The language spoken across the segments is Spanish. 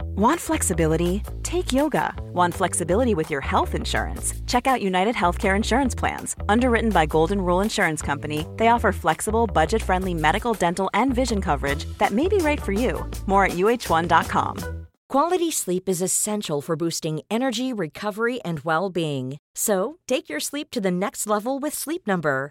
Want flexibility? Take yoga. Want flexibility with your health insurance? Check out United Healthcare Insurance Plans. Underwritten by Golden Rule Insurance Company, they offer flexible, budget friendly medical, dental, and vision coverage that may be right for you. More at uh1.com. Quality sleep is essential for boosting energy, recovery, and well being. So, take your sleep to the next level with Sleep Number.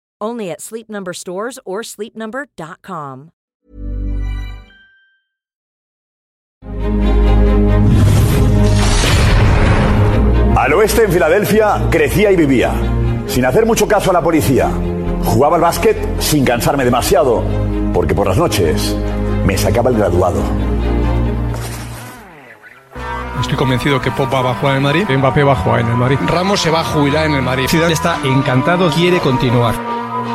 Only at Sleep Number stores or sleepnumber.com. Al oeste, en Filadelfia, crecía y vivía, sin hacer mucho caso a la policía. Jugaba al básquet sin cansarme demasiado, porque por las noches me sacaba el graduado. Estoy convencido que Pogba va a jugar en el Madrid, Mbappé va a jugar en el Madrid, Ramos se va a jubilar en el Madrid. Zidane está encantado, quiere continuar.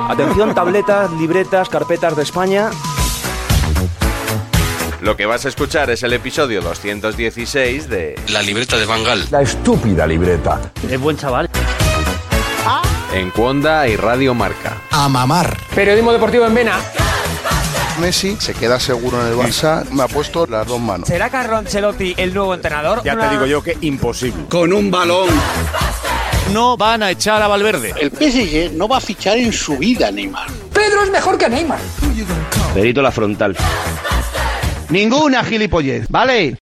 Atención, tabletas, libretas, carpetas de España. Lo que vas a escuchar es el episodio 216 de La libreta de Bangal La estúpida libreta. Es buen chaval. en Cuonda y Radio Marca. a mamar. Periodismo deportivo en Vena. Messi se queda seguro en el Barça, me ha puesto las dos manos. ¿Será Carlo Ancelotti el nuevo entrenador? Ya te digo yo que imposible. Con un balón. No van a echar a Valverde. El PSG no va a fichar en su vida Neymar. Pedro es mejor que Neymar. Perito la frontal. Ninguna gilipollez, ¿vale?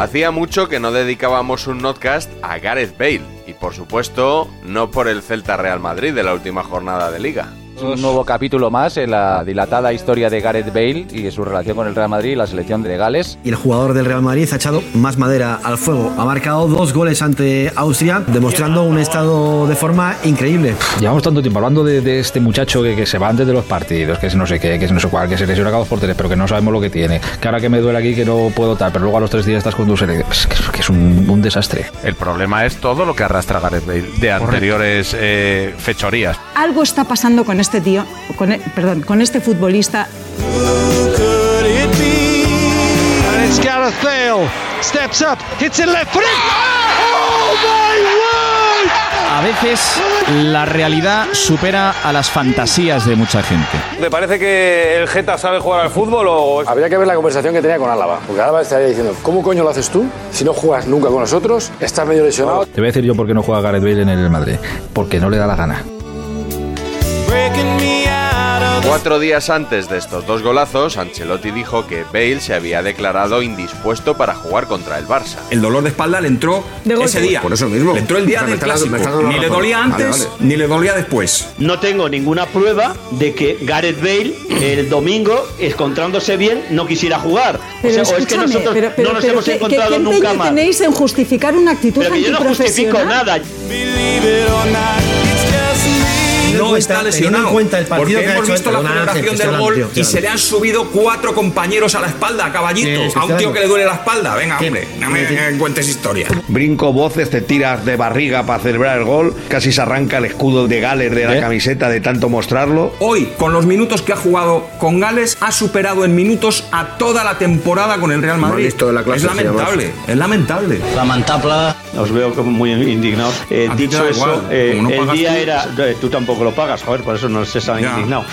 Hacía mucho que no dedicábamos un podcast a Gareth Bale y por supuesto no por el Celta Real Madrid de la última jornada de liga. Un nuevo capítulo más en la dilatada historia de Gareth Bale y de su relación con el Real Madrid y la selección de Gales. Y el jugador del Real Madrid ha echado más madera al fuego. Ha marcado dos goles ante Austria, demostrando un estado de forma increíble. Llevamos tanto tiempo hablando de, de este muchacho que, que se va antes de los partidos, que es no sé qué, que es no sé cuál, que se lesiona cada dos por tres, pero que no sabemos lo que tiene. Que ahora que me duele aquí que no puedo tal, pero luego a los tres días estás con tu selección. Es que es, que es un, un desastre. El problema es todo lo que arrastra Gareth Bale de anteriores eh, fechorías. Algo está pasando con este tío, con, e- perdón, con este futbolista. And it's Gareth Bale. Steps up, hits it left foot. Oh my word! A veces la realidad supera a las fantasías de mucha gente. ¿Te parece que el Geta sabe jugar al fútbol o es- Habría que ver la conversación que tenía con Álava, porque Álava estaría diciendo, ¿cómo coño lo haces tú? Si no juegas nunca con nosotros, estás medio lesionado. Te voy a decir yo por qué no juega Gareth Bale en el Madrid. Porque no le da la gana. Cuatro días antes de estos dos golazos, Ancelotti dijo que Bale se había declarado indispuesto para jugar contra el Barça. El dolor de espalda le entró ese día. Por eso mismo. Le entró el día O sea, me del está dando- clásico. me está dando la ni le razón. dolía Vale, antes, vale. ni le dolía después. No tengo ninguna prueba de que Gareth Bale el domingo, encontrándose bien, no quisiera jugar. Pero o sea, o es que escúchame, nosotros pero, pero- no nos pero hemos ¿qué- encontrado qué empeño nunca más. tenéis en justificar una actitud Pero que yo no antiprofesional? justifico nada. No está Teniendo en lesionado. cuenta el partido porque que ha hemos hecho- visto la perdona, Ángel, celebración estoy del hablando, gol tío, estoy y se le han hablando. subido cuatro compañeros a la espalda, Sí, caballito. sí, estoy a un tío hablando. que le duele la espalda. Venga, Sí, hombre, no me sí, sí. me cuentes historia. Brinco voces, te tiras de barriga para celebrar el gol. Casi se arranca el escudo de Gales de la camiseta de tanto mostrarlo. Hoy, con los minutos que ha jugado con Gales, ha superado en minutos a toda la temporada con el Real Más Madrid. listo de la clase, es se llama. lamentable, es lamentable. Lamentable. Os veo como muy indignados. Eh, A ti te dicho da eso, igual, eh, como no el pagas día tú. era. eh, tú tampoco lo pagas, joder, por eso no se están Ya. indignado.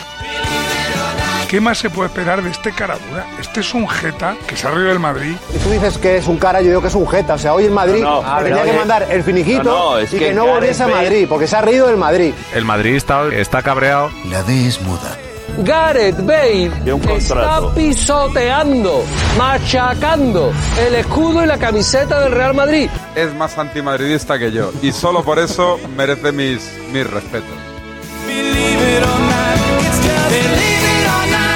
¿Qué más se puede esperar de este cara dura? Este es un jeta que se ha del Madrid. Y tú dices que es un cara, yo digo que es un jeta. O sea, hoy el Madrid No, no, le ah, tenía pero que oye, mandar el finiquito no, no, es y que que no Gareth volviese a Bale- Madrid, porque se ha reído del Madrid. El madridista está cabreado. La D es muda. Gareth Bale De un está contrato. pisoteando, machacando el escudo y la camiseta del Real Madrid. es más antimadridista que yo y solo por eso merece mis, mis respetos.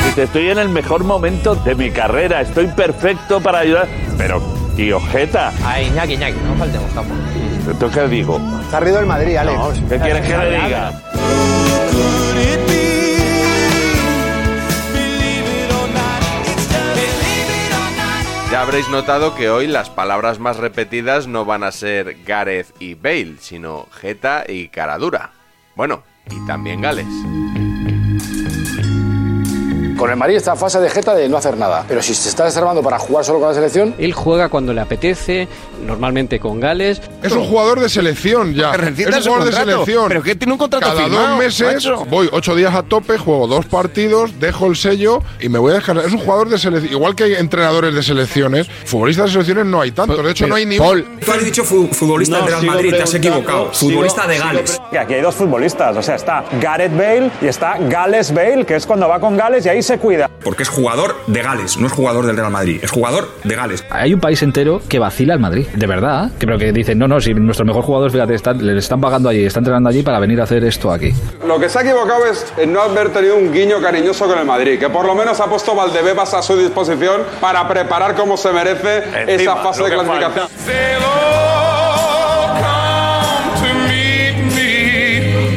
Dice, Estoy en el mejor momento de mi carrera, estoy perfecto para ayudar. Pero, tío, Geta, Ay, ñaqui, ñaqui, no faltemos tampoco. ¿esto qué digo? Se ha reído del Madrid, Alex. ¿Qué quieres que le diga? Ya habréis notado que hoy las palabras más repetidas no van a ser Gareth y Bale, sino Geta y Caradura. Bueno, y también Gales. Con el Madrid está en fase de jeta de no hacer nada. Pero si se está reservando para jugar solo con la selección. Él juega cuando le apetece, normalmente con Gales. Es un jugador de selección ya. Que Es rescinda un ese jugador de contrato. selección. Pero que tiene un contrato Cada firmado, dos meses macho. voy ocho días a tope, juego dos partidos, dejo el sello y me voy a descansar. Es un jugador de selección. Igual que hay entrenadores de selecciones, futbolistas de selecciones no hay tantos. De hecho, no hay ni un- Tú has dicho fu- futbolista No, del Real sigo Madrid, te has preguntando, equivocado. sigo- Futbolista de sigo Gales. Y aquí hay dos futbolistas, o sea, está Gareth Bale y está Gales Bale, que es cuando va con Gales y ahí se cuida. Porque es jugador de Gales, no es jugador del Real Madrid, es jugador de Gales. Hay un país entero que vacila al Madrid, de verdad. Que, pero que dicen, no, no, si nuestros mejores jugadores, fíjate, están, le están pagando allí, están entrenando allí para venir a hacer esto aquí. Lo que se ha equivocado es en no haber tenido un guiño cariñoso con el Madrid, que por lo menos ha puesto Valdebebas a su disposición para preparar como se merece esa fase de clasificación.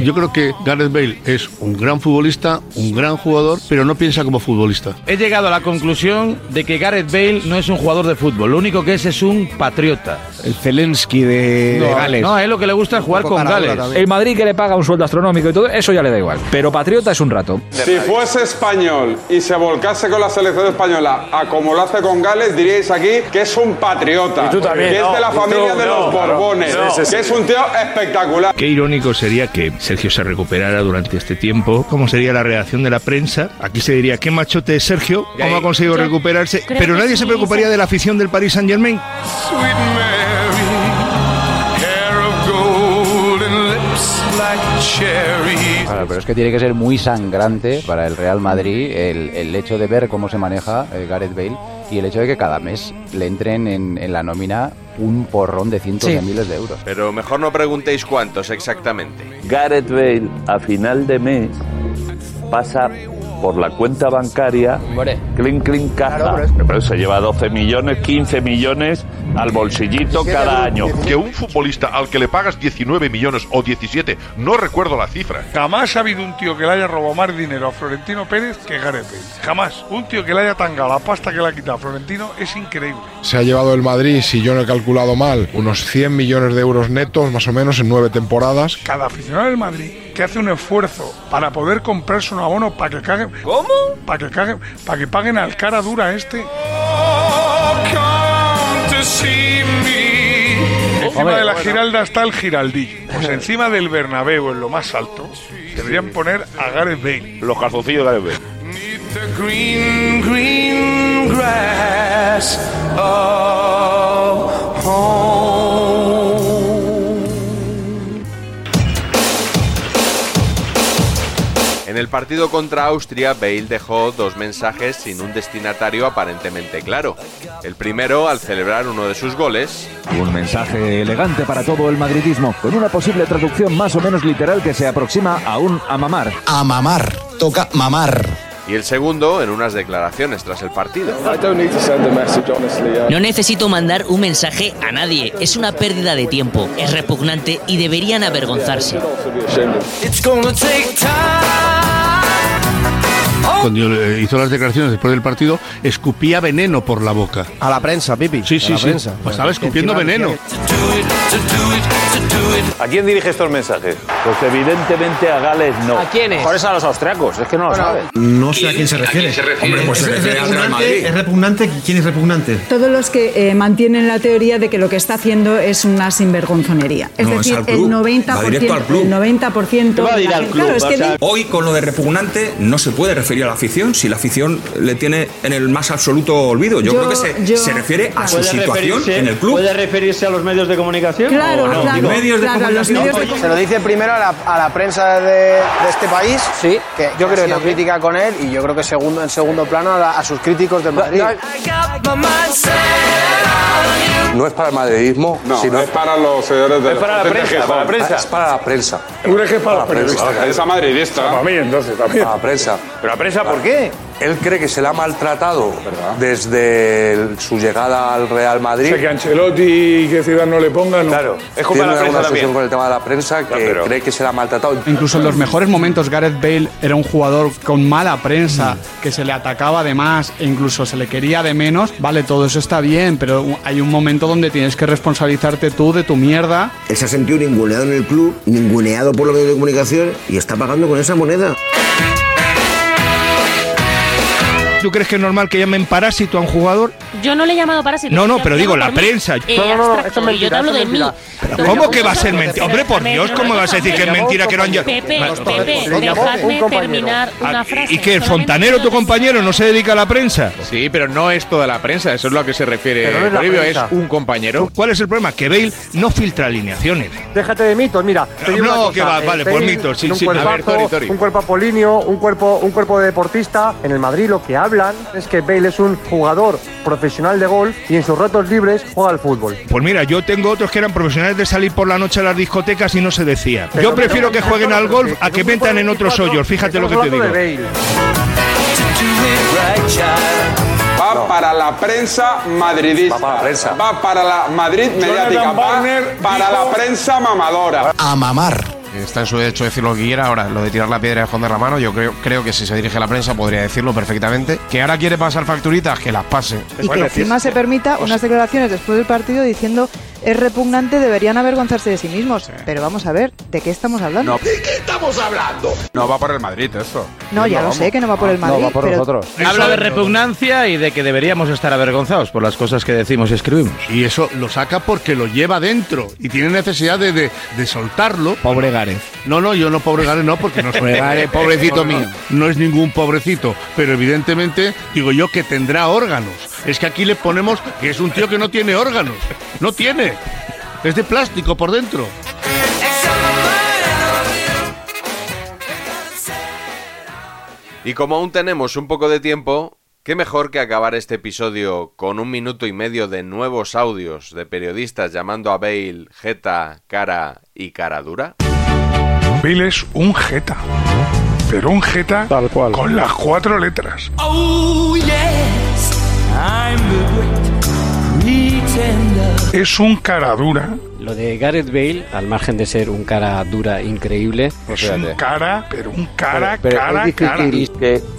Yo creo que Gareth Bale es un gran futbolista, un gran jugador, pero no piensa como futbolista. He llegado a la conclusión de que Gareth Bale no es un jugador de fútbol, lo único que es es un patriota. El Zelensky de, de Gales. No, a él lo que le gusta es jugar poco con cara Gales. dura también. El Madrid que le paga un sueldo astronómico y todo, eso ya le da igual. Pero patriota es un rato. Si fuese español y se volcase con la selección española a como lo hace con Gales, diríais aquí que es un patriota, Y tú también, que no, es de la y tú, familia de no, los claro. Borbones, Sí, sí, sí. que es un tío espectacular. Qué irónico sería que Sergio se recuperara durante este tiempo. ¿Cómo sería la reacción de la prensa? Aquí se diría, qué machote es Sergio, cómo ha conseguido recuperarse. creo Pero que nadie se sí, preocuparía sí. de la afición del Paris Saint Germain. Claro, pero es que tiene que ser muy sangrante para el Real Madrid el, el hecho de ver cómo se maneja eh, Gareth Bale y el hecho de que cada mes le entren en, en la nómina un porrón de cientos de miles de euros. Pero mejor no preguntéis cuántos exactamente. Gareth Bale a final de mes pasa por la cuenta bancaria, clink, clink, caja. Pero se lleva 12 millones, 15 millones al bolsillito cada año. Que un futbolista al que le pagas 19 millones o 17, no recuerdo la cifra. Jamás ha habido un tío que le haya robado más dinero a Florentino Pérez que Gareth Bale. Jamás. Un tío que le haya tangado la pasta que le ha quitado a Florentino es increíble. Se ha llevado el Madrid, si yo no he calculado mal, unos 100 millones de euros netos, más o menos, en nueve temporadas. Cada aficionado del Madrid que hace un esfuerzo para poder comprarse un abono para que caguen. ¿Cómo? Para que caguen, para que paguen al cara dura este. Encima de la Giralda está el Giraldillo. Pues encima del Bernabéu, en lo más alto, deberían poner a Gareth Bale. Los calzoncillos de Gareth Bale. Green, green grass of En el partido contra Austria, Bale dejó dos mensajes sin un destinatario aparentemente claro. El primero al celebrar uno de sus goles, Un mensaje elegante para todo el madridismo, con una posible traducción más o menos literal que se aproxima a un amamar. A mamar, toca mamar. y el segundo en unas declaraciones tras el partido. No necesito mandar un mensaje a nadie. Es una pérdida de tiempo. Es repugnante y deberían avergonzarse. It's gonna take time. Cuando eh, hizo las declaraciones después del partido, escupía veneno por la boca. A la prensa, Pipi. Sí, sí, la sí. prensa. Pues estaba escupiendo Encima veneno. ¿A quién dirige estos mensajes? Pues evidentemente a Gales no. ¿A quiénes? Mejor es a los austriacos, es que no lo saben. No sé a quién se refiere. Hombre, pues se es, refiere al Real Madrid. repugnante, es repugnante. ¿Quién es repugnante? Todos los que eh, mantienen la teoría de que lo que está haciendo es una sinvergonzonería. Es No, es decir, al el club. 90%. Va directo al club. El 90%. ¿Qué va a ir al club? Claro, es O que sea, di- Hoy con lo de repugnante no se puede referir a la afición si la afición le tiene en el más absoluto olvido. Yo, Yo- creo que se, yo- se refiere a su ¿Puede situación referirse- en el club. ¿Puede referirse a los medios de comunicación? Claro, ¿O no? claro, Digo- medios de claro, a los comunicación. medios de Oye, Se lo dice primero a la, a la prensa de, de este país, sí, que yo creo que no crítica con él, y yo creo que segundo, en segundo plano a, la- a sus críticos del Madrid. No es para el madridismo, No, sino es para los seguidores de Es para la prensa. Un eje para la prensa. prensa. Ah, Esa madridista. Para mí, entonces, también. Para la prensa. ¿Pero la prensa por qué? Él cree que se le ha maltratado desde el- su llegada al Real Madrid. O sea, que Ancelotti y que Ciudad no le pongan. Claro, Tiene una obsesión con el tema de la prensa que cree que se le ha maltratado. Incluso en los mejores momentos Gareth Bale era un jugador con mala prensa, Mm. que se le atacaba de más e incluso se le quería de menos. Vale, todo eso está bien, pero hay un momento donde tienes que responsabilizarte tú de tu mierda. Él se ha sentido ninguneado en el club, ninguneado por los medios de comunicación y está pagando con esa moneda. ¿Tú crees que es normal que llamen parásito a un jugador? Yo no le he llamado parásito. No, no, Yo pero te digo, hablo la por mí. prensa. Eh, No, no, no, abstracto, esto es mentira, Yo te hablo esto es de mí. mentira. Pero ¿Cómo que va a ser mentira? Hombre, por Dios, ¿cómo vas a decir que es mentira que no han llamado? Pepe, Pepe, dejadme terminar una frase. Ah, ¿Y que Fontanero, tu compañero, no se dedica a la prensa? Sí, pero no es toda la prensa, eso es lo que se refiere. Pero no es la Toribio, prensa. un compañero. ¿Cuál es el problema? Que Bale no filtra alineaciones. Déjate de mitos, mira. te digo No, una cosa, que va, eh, vale, por Bale, mitos, sí, un sí, a ver, cuerpazo, Tori, Tori. Un cuerpo apolinio, un cuerpo, un cuerpo de deportista. En el Madrid lo que hablan es que Bale es un jugador profesional de golf y en sus ratos libres juega al fútbol. Pues mira, yo tengo otros que eran profesionales de salir por la noche a las discotecas y no se decía. Pero Yo prefiero no, que no, jueguen no, al no, golf porque a que en un grupo metan de en otros 24, hoyos. Fíjate lo que estamos te digo. hablando de Va para la prensa madridista. Va para la prensa. Va para la Madrid mediática. Va para la prensa mamadora. A mamar. Está en su derecho de decir lo que quiera. Ahora, lo de tirar la piedra y esconder la mano, yo creo, creo que si se dirige a la prensa podría decirlo perfectamente. Que ahora quiere pasar facturitas, que las pase. Y que encima se permita unas declaraciones después del partido diciendo es repugnante, deberían avergonzarse de sí mismos. Pero vamos a ver, ¿de qué estamos hablando? No. ¿De qué estamos hablando? No va por el Madrid, eso. No, ya lo sé que no va por el Madrid, pero Habla de repugnancia y de que deberíamos estar avergonzados por las cosas que decimos y escribimos. Y eso lo saca porque lo lleva dentro y tiene necesidad de, de- de soltarlo. Pobre Gárez. No, no, yo no, pobre Gárez no, porque no soy- Pobre Gárez, pobrecito No, no, mío. No es ningún pobrecito, pero evidentemente digo yo que tendrá órganos. Es que aquí le ponemos que es un tío que no tiene órganos. No tiene. Es de plástico por dentro. Y como aún tenemos un poco de tiempo, qué mejor que acabar este episodio con un minuto y medio de nuevos audios de periodistas llamando a Bale, Jeta, Cara y Cara Dura. Bill es un jeta. Pero un jeta con las cuatro letras. Oh, yes, I'm the great pretender. Es un cara dura. Lo de Gareth Bale, al margen de ser un cara dura increíble, Es un cara, pero un cara, cara, cara.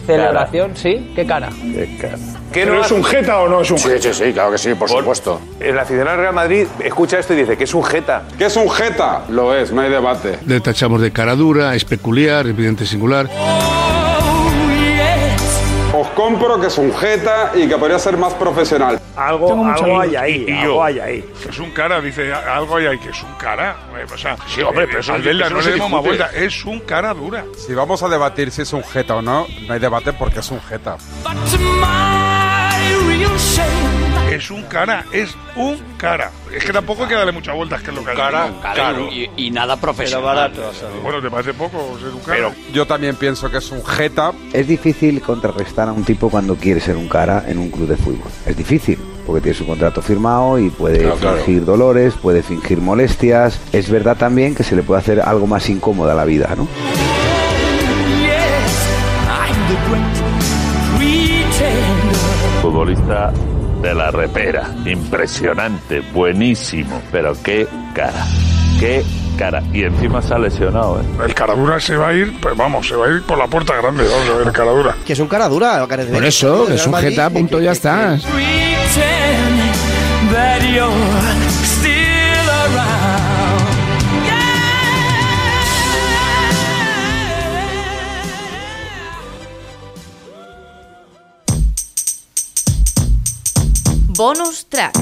Celebración, sí. ¿Qué cara? ¿Qué cara? ¿Pero es un jeta o no es un jeta? Sí, sí, sí, claro que sí, por, supuesto. El aficionado del Real Madrid escucha esto y dice que es un jeta. ¿Qué es un jeta? Lo es, no hay debate. Le tachamos de cara dura, es peculiar, evidente singular. Os compro que es un jeta y que podría ser más profesional. Algo, Tengo mucha algo hay duda. ahí, Y yo. algo hay ahí. Es un cara, dice a- algo ahí, que es un cara. O sea, eh, Sí, hombre, pero eso- al verla eso no no le se demos más discute. vuelta. Es un cara dura. Si vamos a debatir si es un jeta o no, no hay debate porque es un jeta. Es un cara, es un cara. Es que tampoco hay que darle muchas vueltas, que es lo que hay. Cara, Un claro. Y, nada profesional. barato, o sea. Bueno, te parece poco ser un cara. Pero yo también pienso que es un jeta. Es difícil contrarrestar a un tipo cuando quiere ser un cara en un club de fútbol. Es difícil, porque tiene su contrato firmado y puede Claro, claro. fingir dolores, puede fingir molestias. Es verdad también que se le puede hacer algo más incómoda a la vida, ¿no? Yes, I'm the great pretender. Futbolista de la repera. Impresionante, buenísimo. Pero qué cara. Qué cara. Y encima se ha lesionado, ¿eh? El cara dura se va a ir, pues vamos, se va a ir por la puerta grande. Vamos a ver, el cara dura. Que es un cara dura, Por eso, que es un jeta, punto, ya está. Pretend that you're still around. Bonus track.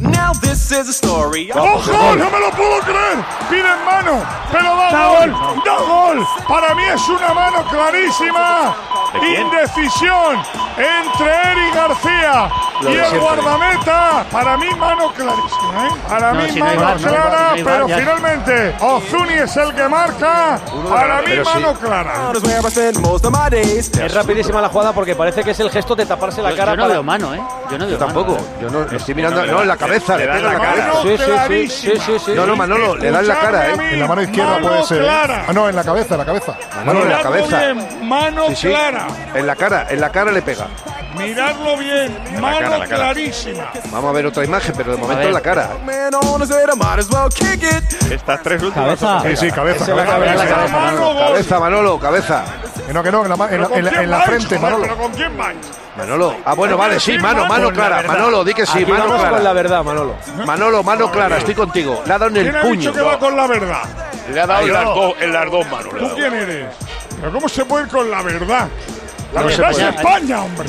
Now this is a story. ¡Ojo! ¡No me lo puedo creer! ¡Pide en mano! ¡Pero da gol! ¡Da gol! Para mí es una mano clarísima. ¿De quién? Indecisión entre Eric García Lo y de el siempre. guardameta. Para mí mano clarísima, ¿eh? Para No, mí si no hay mano bar, no hay bar, clara, si no hay bar, pero ya. finalmente Ozuni es el que marca. Para mí mano clara. Es rapidísima la jugada porque parece que es el gesto de taparse la Yo- cara yo no para- veo mano, ¿eh? Yo no veo Yo tampoco. Ah, mano. Yo no, estoy mirando- no, en la cabeza. cabeza, le dan la cara. Sí, sí, sí, sí, sí, sí. No, no, Manolo, le dan la cara, ¿eh? En la mano izquierda puede ser. ¿eh? clara. Ah, no, en la cabeza, en la cabeza. Manolo, en la cabeza. mano Sí, sí. En la cara, en la cara le pega. Miradlo bien, mano cara, la cara. clarísima. Vamos a ver otra imagen, pero de momento en la cara. Estas tres últimas Cabeza. son- Sí, sí, cabeza. Esa es la cabeza, la cabeza, Manolo. Cabeza, Manolo, cabeza. Que no, que no, en la, ma- en la- en la- en la frente, Manolo. ¿Pero con quién vais? Manolo. Ah, bueno, vale, sí, mano, mano Con la clara. verdad. Manolo, di que sí, Aquí mano vamos clara. con la verdad, Manolo. Manolo, mano clara, estoy contigo. Le ha dado en el ¿Quién ha puño. dicho que va con la verdad? Le ha dado Ay, en las no. dos- en las dos manos. ¿Tú quién eres? ¿Pero cómo se puede ir con la verdad? La No se verdad es puede. España, hombre.